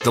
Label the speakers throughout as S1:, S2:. S1: The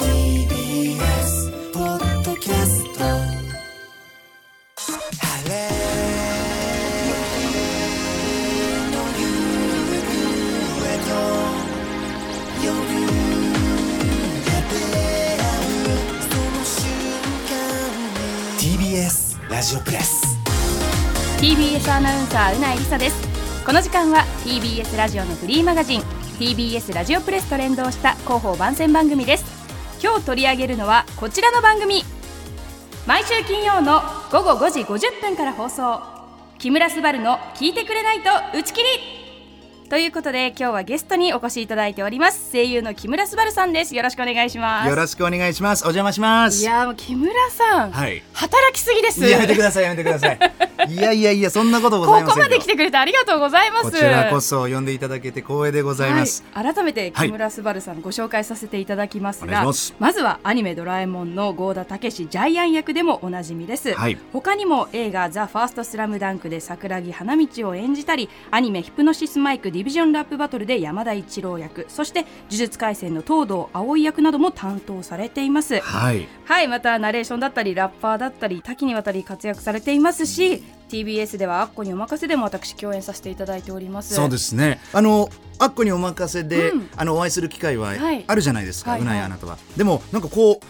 S2: TBS ポッドキャスト晴れの夕暮れと夜で出会うその瞬間に TBS ラジオプレス
S3: TBS アナウンサーうなえりさですこの時間は TBS ラジオのフリーマガジン TBS ラジオプレスと連動した広報番宣番組です今日取り上げるのはこちらの番組毎週金曜の午後5時50分から放送木村昴の聞いてくれないと打ち切りということで今日はゲストにお越しいただいております声優の木村昴さんですよろしくお願いします
S4: よろしくお願いします。お邪魔します。
S3: いやーもう木村さん、
S4: はい
S3: 働きすぎです
S4: やめてください、やめてくださ い。いやいやいや、そんなことございま
S3: ここ
S4: せん
S3: ま
S4: け
S3: で
S4: ど
S3: 来てくれてありがとうございます
S4: こちらこそ呼んでいただけて光栄でございます。
S3: はい、改めて木村昴さんご紹介させていただきます
S4: お願
S3: が、
S4: いし
S3: ま
S4: ます
S3: ずはアニメ「ドラえもん」の郷田武史ジャイアン役でもおなじみです、
S4: はい
S3: 他にも映画「ザ・ファーストスラムダンクで桜木花道を演じたりアニメ「ヒプノシスマイクディビジョンラップバトル」で山田一郎役そして「呪術廻戦」の東堂葵役なども担当されています、
S4: はい。
S3: はい、またナレーションだったりラッパーだったり多岐にわたり活躍されていますし TBS では「アッコにお任せ」でも私共演させていただいております。
S4: そうですね。あの、アッコにお任せで、
S3: うん
S4: あの、お会いする機会は
S3: はい
S4: あるじゃないですか、
S3: はいは
S4: う
S3: い
S4: ないあなたは。でも、なんかこう、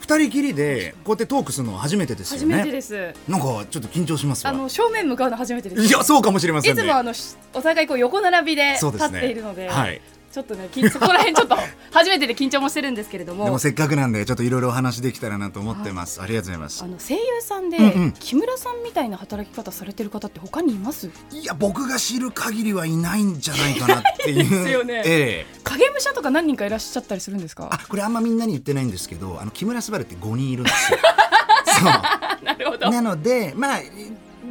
S4: 二人きりで、こうやってトークするのは初めてです
S3: 初
S4: よ
S3: めて
S4: ね。
S3: です。
S4: なんか、ちょっと緊張します
S3: あ
S4: わ。
S3: の正面向かうの初めてです。
S4: いや、そうかもしれませ
S3: い
S4: ん
S3: つもあ
S4: ね。
S3: のしお互いこう横並びで立
S4: そうです
S3: っ
S4: ね
S3: ているので、
S4: はい
S3: ちょっとねきそこら 辺ちょっと初めてで緊張もしてるんですけれど
S4: で
S3: も
S4: も、。せっかくなんで、ちょっといろいろお話できたらなと思ってます。ありがとうございます
S3: あ。の声優さんで、
S4: うんうん
S3: 木村さんみたいな働き方されてる方って他にいます
S4: いや、僕が知る限りはいないんじゃないかなって いう。
S3: すよね
S4: ええ。
S3: 影武者とか何人かいらっしゃったりするんです
S4: あ
S3: か
S4: これあんまみんなに言ってないんですけどあの木村昴って5人いるん ですよ
S3: なるほど
S4: そうなのでまあ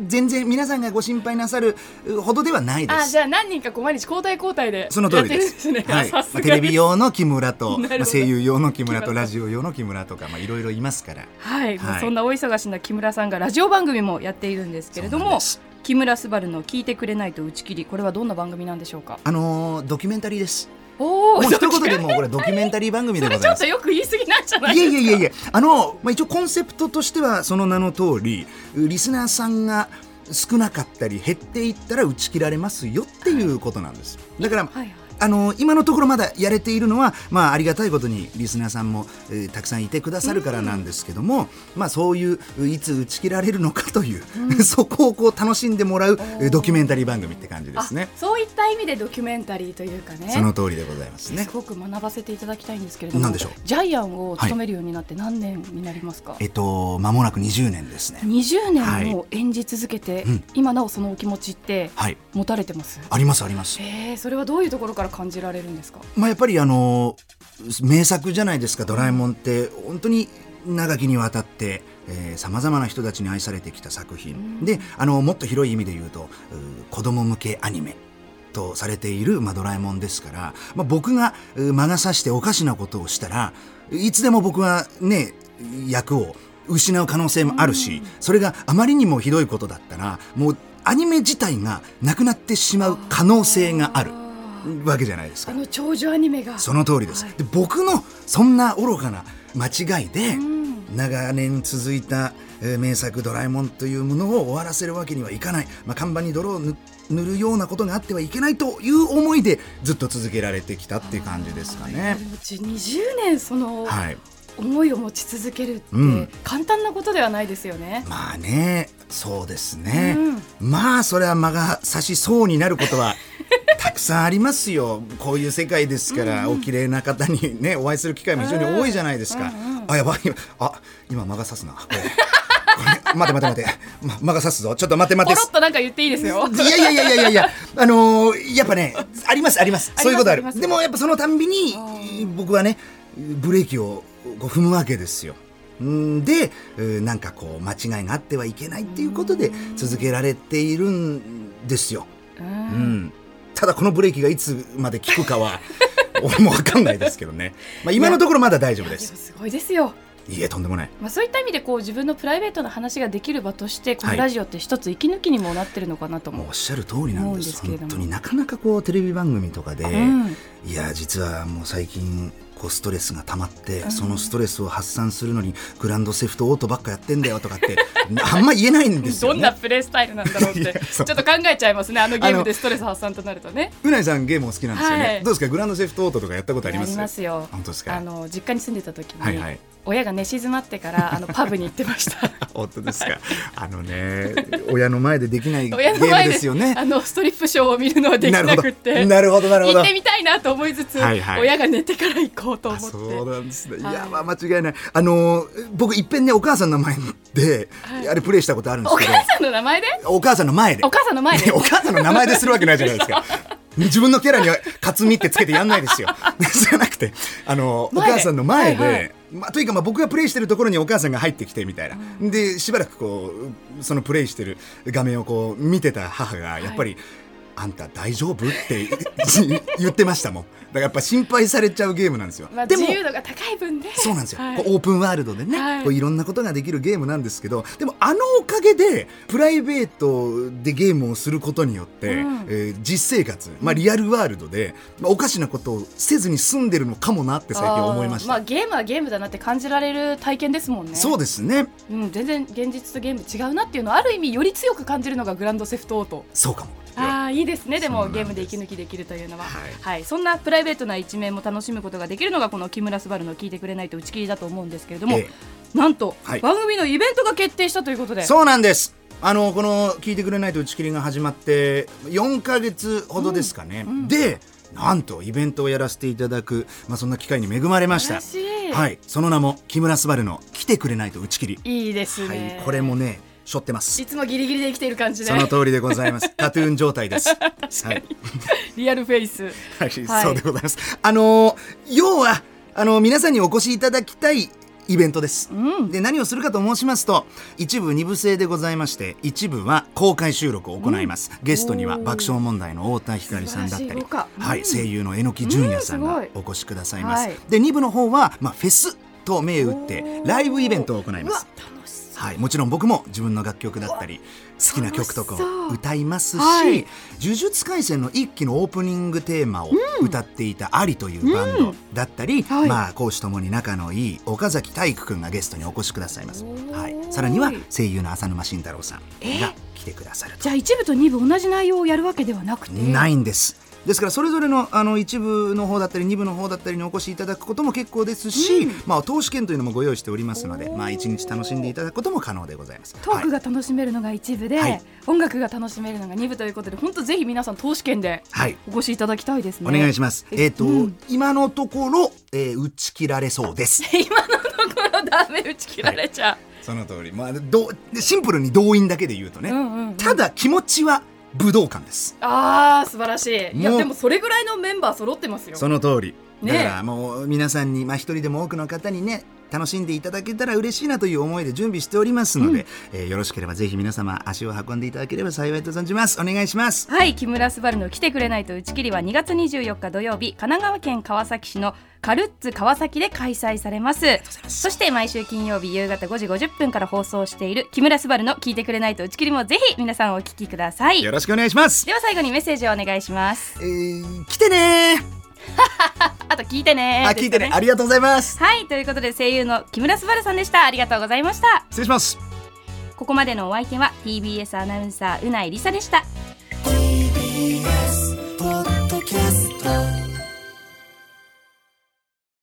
S4: 全然皆さんがご心配なさるほどではないで
S3: あじ
S4: す
S3: ゃあ何人かこう毎日交代交代で
S4: その通りです
S3: やってるんですね、
S4: はい
S3: さ
S4: ますあ、
S3: が
S4: テレビ用の木村と、
S3: なるほど
S4: まあ、声優用の木村
S3: 木
S4: と
S3: 村
S4: ラジオ用の木村とかまあいろいろいますから
S3: はい、もう
S4: はい
S3: そんなお忙しな木村さんがラジオ番組もやっているんですけれ
S4: そ
S3: ど
S4: うなん
S3: も
S4: です
S3: 木村昴の「聞いてくれないと打ち切り」これはどんな番組なんでしょうか
S4: あのードキュメンタリーです
S3: おお
S4: もう一言でもうこれドキュメンタリー番組で
S3: そ
S4: ご
S3: れ
S4: ざ
S3: ち
S4: います
S3: ょっとよく言い過ぎなんじゃな
S4: い
S3: い
S4: や
S3: です
S4: い
S3: か
S4: やいやいや、あの、まあ、一応コンセプトとしては、その名の通り、リスナーさんが。少なかったり減っていったら打ち切られますよっていうことなんです。だから、
S3: はいはい
S4: あの今のところまだやれているのは、まあ、ありがたいことにリスナーさんも、えーたくさんいてくださるからなんですけども、まあ、そういうういつ打ち切られるのかという、 そこをこう楽しんでもらうえードキュメンタリー番組って感じですね
S3: あ。そういった意味でドキュメンタリーというかね
S4: その通りでございますね
S3: す。ごく学ばせていただきたいんですけれども
S4: 何でしょう
S3: ジャイアンを務めるようになって何年になりますか、
S4: えっと間もなく20年ですね。
S3: 20年も演じ続けて、
S4: うん
S3: 今なおそのお気持ちって
S4: はい、
S3: 持たれてます、
S4: ありますあります。
S3: えー、それはどういうところから感じられるんですか
S4: まあ、やっぱりあの名作じゃないですか「ドラえもん」って本当に長きにわたってさまざまな人たちに愛されてきた作品、であのもっと広い意味で言うとう子供向けアニメとされている、まあ、ドラえもんですから、まあ、僕がう魔が差しておかしなことをしたらいつでも僕はね役を失う可能性もあるし、それがあまりにもひどいことだったらもうアニメ自体がなくなってしまう可能性がある
S3: あ
S4: わけじゃないです
S3: ー
S4: か
S3: あ。の長寿アニメが
S4: その通りです、
S3: はい
S4: で僕のそんな愚かな間違いで、
S3: ん
S4: 長年続いた、えー名作「ドラえもん」というものを終わらせるわけにはいかない、まあ、看板に泥を塗塗るようなことがあってはいけないという思いでずっと続けられてきたっていう感じですかね。
S3: うち20年その
S4: はい、
S3: 思いを持ち続けるって、
S4: うん
S3: 簡単なことではないですよね。
S4: まあねそうですね、まあそれは間が差しそうになること はたくさんありますよこういう世界ですから、お綺麗な方にねお会いする機会も非常に多いじゃないですか、あやばいあ今間が差すなこれこれ待て待て待て、ま、間が差すぞちょっと待て待
S3: ポ
S4: て
S3: ロっとなんか言っていいですよ。
S4: いやいやいやいやい や、あのーやっぱね、ありますあります、そういうことあ
S3: あり
S4: る
S3: ま。す
S4: でもやっぱそのたんびに、僕はね、ブレーキをこう踏むわけですよ。んでえーなんかこう間違いがあってはいけないっていうことで続けられているんですよ。
S3: う
S4: うんん、ただこのブレーキがいつまで効くかは 俺も分かんないですけどね、まあ、今のところまだ大丈夫
S3: でも
S4: です
S3: すごいですよ、
S4: いいえとんでもない
S3: まあ、そういった意味でこう自分のプライベートな話ができる場としてこ
S4: は
S3: の
S4: い
S3: ラジオって一つ息抜きにもなってるのかなと
S4: も
S3: 思
S4: う
S3: う
S4: おっ、しゃる通りなんです
S3: 思うんですけれども
S4: 本当になかなかこうテレビ番組とかで、
S3: うん
S4: いや実はもう最近こうストレスが溜まって、そのストレスを発散するのにグランドセフトオートばっかやってんだよとかって あんま言えないんですよ、
S3: ど
S4: ね、
S3: んなプレースタイルなんだろうっ
S4: い
S3: て
S4: や
S3: ちょ
S4: そう
S3: っと考えちゃいますねあのゲー
S4: あ
S3: ム
S4: の
S3: でストレス発散となるとね
S4: うないさんゲームお好きなんですよね、
S3: はい
S4: どうですかグランドセフトオートとかやったことあります
S3: よ
S4: 本当ですか
S3: あの実家に住んでた時に、
S4: はいはい
S3: 親が寝静まってからあのパブに行ってました
S4: 本当ですかあのね親の前でできないゲー
S3: 親の
S4: ム
S3: 前
S4: ですよね
S3: あのストリップショーを見るのはできなくって
S4: なるほどなるほど
S3: 行
S4: なる
S3: っ
S4: ほ
S3: て
S4: ど
S3: みたいなと思いつつ、
S4: はいはい
S3: 親が寝てから行こうと思
S4: あ
S3: って
S4: そうなんですね、
S3: はい
S4: い、やまあ間違いないあの僕いっぺんねお母さんの前で、あれプレイしたことあるんで
S3: お
S4: すけど
S3: 母さんの名前で
S4: お母さんの前で
S3: お母さんの前で
S4: ねお母さんの名前でするわけないじゃないです か自分のキャラには「克美」ってつけてやんないですよじゃなくてあのお
S3: 前で
S4: 母さんの前で、
S3: はいはい
S4: まあ、というかまあ僕がプレイしてるところにお母さんが入ってきてみたいな、でしばらくこうそのプレイしてる画面をこう見てた母がやっぱり、あんた大丈夫って 言ってましたもんだからやっぱ心配されちゃうゲームなんですよ、
S3: まあ、
S4: で
S3: 自
S4: も
S3: 由度が高い分ね
S4: そうなんですよ、
S3: はい
S4: こうオープンワールドでね、
S3: はい
S4: い、こういろんなことができるゲームなんですけどでもあのおかげでプライベートでゲームをすることによって、
S3: うん
S4: えー実生活、まあ、リアルワールドで、まあ、おかしなことをせずに済んでるのかもなって最近思いました、
S3: あーあ、ゲームはゲームだなって感じられる体験ですもんね
S4: そうですね
S3: うん、全然現実とゲーム違うなっていうのをある意味より強く感じるのがグランドセフトオート
S4: そうかも
S3: ああいいですねで
S4: そう
S3: も
S4: なんで
S3: ゲー
S4: す
S3: ムで息抜きできるというのは、は
S4: はいい
S3: そんなプライベートな一面も楽しむことができるのがこの木村昴の「聞いてくれないと打ち切り」だと思うんですけれども、
S4: え
S3: なんと、
S4: はい
S3: 番組のイベントが決定したということで
S4: そうなんですあのこの「聞いてくれないと打ち切り」が始まって4ヶ月ほどですかね、でなんとイベントをやらせていただく、まあ、そんな機会に恵まれました
S3: 嬉しい
S4: はい、その名も木村昴の「来てくれないと打ち切り」
S3: いいです
S4: は
S3: ね、
S4: い、これもね、しょってます
S3: い。つもギリギリで生きている感じで
S4: その通りでござい ます。タトゥーン状態です。はい、
S3: リアルフェイス
S4: はい、
S3: はい
S4: そうでございます。あのー要は、あのー皆さんにお越しいただきたい。イベントです、で何をするかと申しますと一部二部制でございまして一部は公開収録を行います、ゲストには爆笑問題の太田光さんだったり
S3: 素晴らしい豪華うん
S4: はい、声優の榎木純也さん
S3: うん
S4: が
S3: すご
S4: お越しくださいます、
S3: はい
S4: で二部の方は、まあ、フェスと銘打ってライブイベントを行いうま
S3: わ
S4: す
S3: 楽しそ
S4: はい、もちろん僕も自分の楽曲だったり好きな曲とか
S3: 楽しそう
S4: を歌いますし「
S3: はい
S4: 呪術廻戦」の一期のオープニングテーマを歌っていたアリというバンドだったり、
S3: はい
S4: まあ、講師ともに仲のいい岡崎体育くんがゲストにお越しくださいます
S3: おー、
S4: はい、さらには声優の浅沼慎太郎さんが来てくださる
S3: う
S4: と
S3: じゃあ一部と二部同じ内容をやるわけではなくて
S4: ないんです。ですからそれぞれのあの一部の方だったり二部の方だったりにお越しいただくことも結構ですし、まあ、投資券というのもご用意しておりますので、まあ、一日楽しんでいただくことも可能でございます。
S3: トー
S4: はい
S3: クが楽しめるのが一部で、
S4: はい
S3: 音楽が楽しめるのが二部ということで本当ぜひ皆さん投資券で
S4: はい
S3: お越しいただきたいですね、
S4: お願いします。えっ、と、
S3: うん
S4: 今のところ、えー打ち切られそう です。
S3: 今のところ ダメ打ち切られちゃ
S4: その通り、まあ、どうシンプルに動員だけで言うと
S3: う、
S4: ね、
S3: うんうんうん
S4: ただ気持ちは武道館です。
S3: あー素晴らしいいや
S4: もう
S3: でもそれぐらいのメンバー揃ってますよ
S4: その通り。
S3: ね
S4: だからもう皆さんに、まあ、一人でも多くの方にね楽しんでいただけたら嬉しいなという思いで準備しておりますので、えーよろしければぜひ皆様足を運んでいただければ幸いと存じますお願いします
S3: はい木村昴の来てくれないと打ち切りは2月24日土曜日神奈川県川崎市のカルッツ川崎で開催されますそして毎週金曜日夕方5時50分から放送している木村昴の聞いてくれないと打ち切りもぜひ皆さんお聞きください
S4: よろしくお願いします、
S3: では最後にメッセージをお願いします
S4: えー、来てね
S3: あと聞いてね
S4: ーあ聞いてねありがとうございます
S3: はいということで声優の木村昴さんでしたありがとうございました
S4: 失礼します
S3: ここまでのお相手は TBS アナウンサーうないりさでした
S2: TBS ポッドキャスト